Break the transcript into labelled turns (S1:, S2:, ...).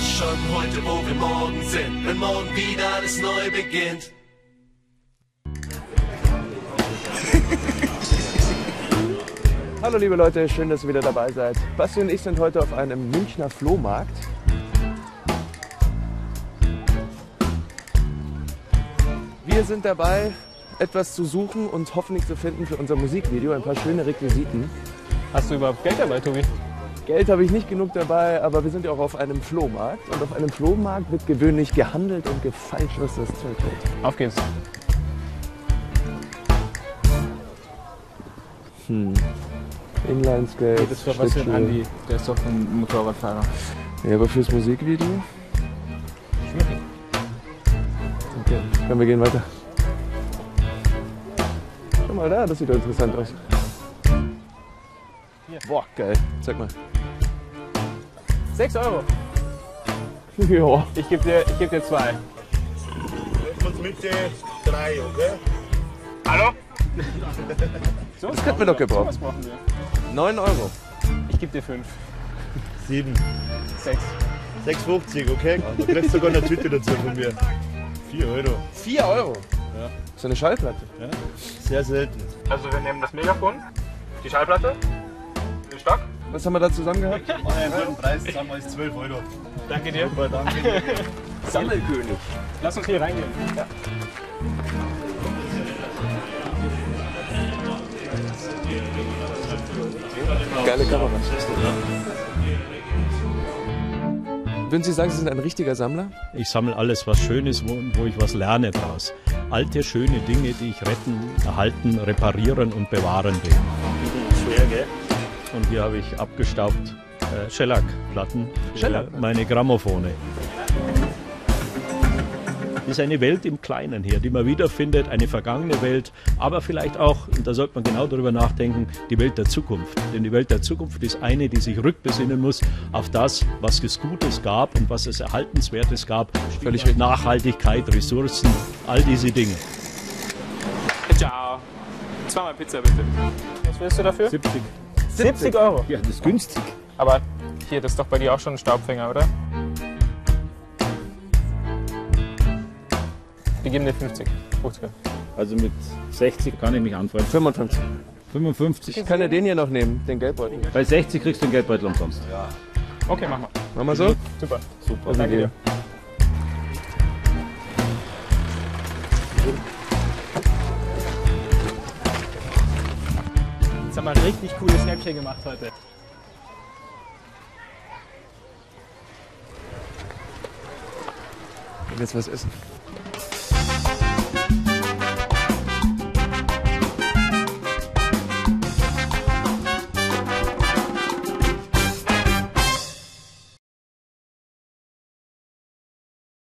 S1: schon heute, wo wir morgen sind, wenn morgen wieder alles neu beginnt.
S2: Hallo liebe Leute, schön, dass ihr wieder dabei seid. Basti und ich sind heute auf einem Münchner Flohmarkt. Wir sind dabei, etwas zu suchen und hoffentlich zu finden für unser Musikvideo. Ein paar schöne Requisiten.
S3: Hast du überhaupt Geld dabei, Tobi?
S2: Geld habe ich nicht genug dabei, aber wir sind ja auch auf einem Flohmarkt. Und auf einem Flohmarkt wird gewöhnlich gehandelt und gefeilscht, was das Zeug hält.
S3: Auf geht's.
S2: Inlineskate,
S3: Das war was für ein Andi. Der ist doch ein Motorradfahrer.
S2: Ja, aber fürs Musikvideo?
S3: Schwierig.
S2: Okay, dann wir gehen weiter. Schau mal da, das sieht doch interessant aus.
S3: Hier.
S2: Boah, geil. Zeig mal.
S3: 6 Euro.
S2: Ja.
S3: Ich gebe dir, ich geb dir zwei.
S4: Kurz Mitte 3, okay?
S3: So,
S2: Das könnten wir doch gebrauchen.
S3: Was brauchen wir?
S2: 9 Euro.
S3: Ich gebe dir fünf.
S4: 7.
S3: Sechs.
S4: 6,50, okay? Du kriegst sogar eine Tüte dazu von mir. 4 Euro.
S2: 4 Euro? So eine Schallplatte.
S4: Sehr selten.
S3: Also wir nehmen das Megafon, die Schallplatte, den Stock.
S2: Was haben wir da zusammen gehabt?
S4: Einen guten Preis zusammen als 12 Euro.
S3: Danke dir.
S4: Aber danke.
S2: Sammelkönig.
S3: Lass uns hier reingehen.
S2: Geile Kamera. Würden Sie sagen, Sie sind ein richtiger Sammler?
S5: Ich sammle alles, was schön ist, wo, wo ich was lerne draus. Alte, schöne Dinge, die ich retten, erhalten, reparieren und bewahren will.
S4: Schwer, gell?
S5: Und hier habe ich abgestaubt äh, Shellac-Platten. für
S2: Shellac?
S5: Meine Grammophone. Das ist eine Welt im Kleinen hier, die man wiederfindet, eine vergangene Welt, aber vielleicht auch, und da sollte man genau darüber nachdenken, die Welt der Zukunft. Denn die Welt der Zukunft ist eine, die sich rückbesinnen muss auf das, was es Gutes gab und was es Erhaltenswertes gab.
S2: Völlig
S5: Stichwort Nachhaltigkeit, Ressourcen, all diese Dinge.
S3: Ciao. Zweimal Pizza bitte. Was willst du dafür? 70. 70 Euro?
S5: Ja, das ist günstig.
S3: Aber hier, das ist doch bei dir auch schon ein Staubfänger, oder? Wir geben dir 50. 50.
S6: Also mit 60 kann ich mich anfreunden.
S2: 55.
S6: 55.
S2: Ich kann ja den hier noch nehmen, den Geldbeutel.
S6: Bei 60 kriegst du den Geldbeutel umsonst.
S3: Okay, mach mal.
S2: Machen wir so?
S3: Super.
S6: Super.
S3: Danke dir. Jetzt haben wir ein richtig cooles Schnäppchen gemacht heute.
S2: Jetzt was essen.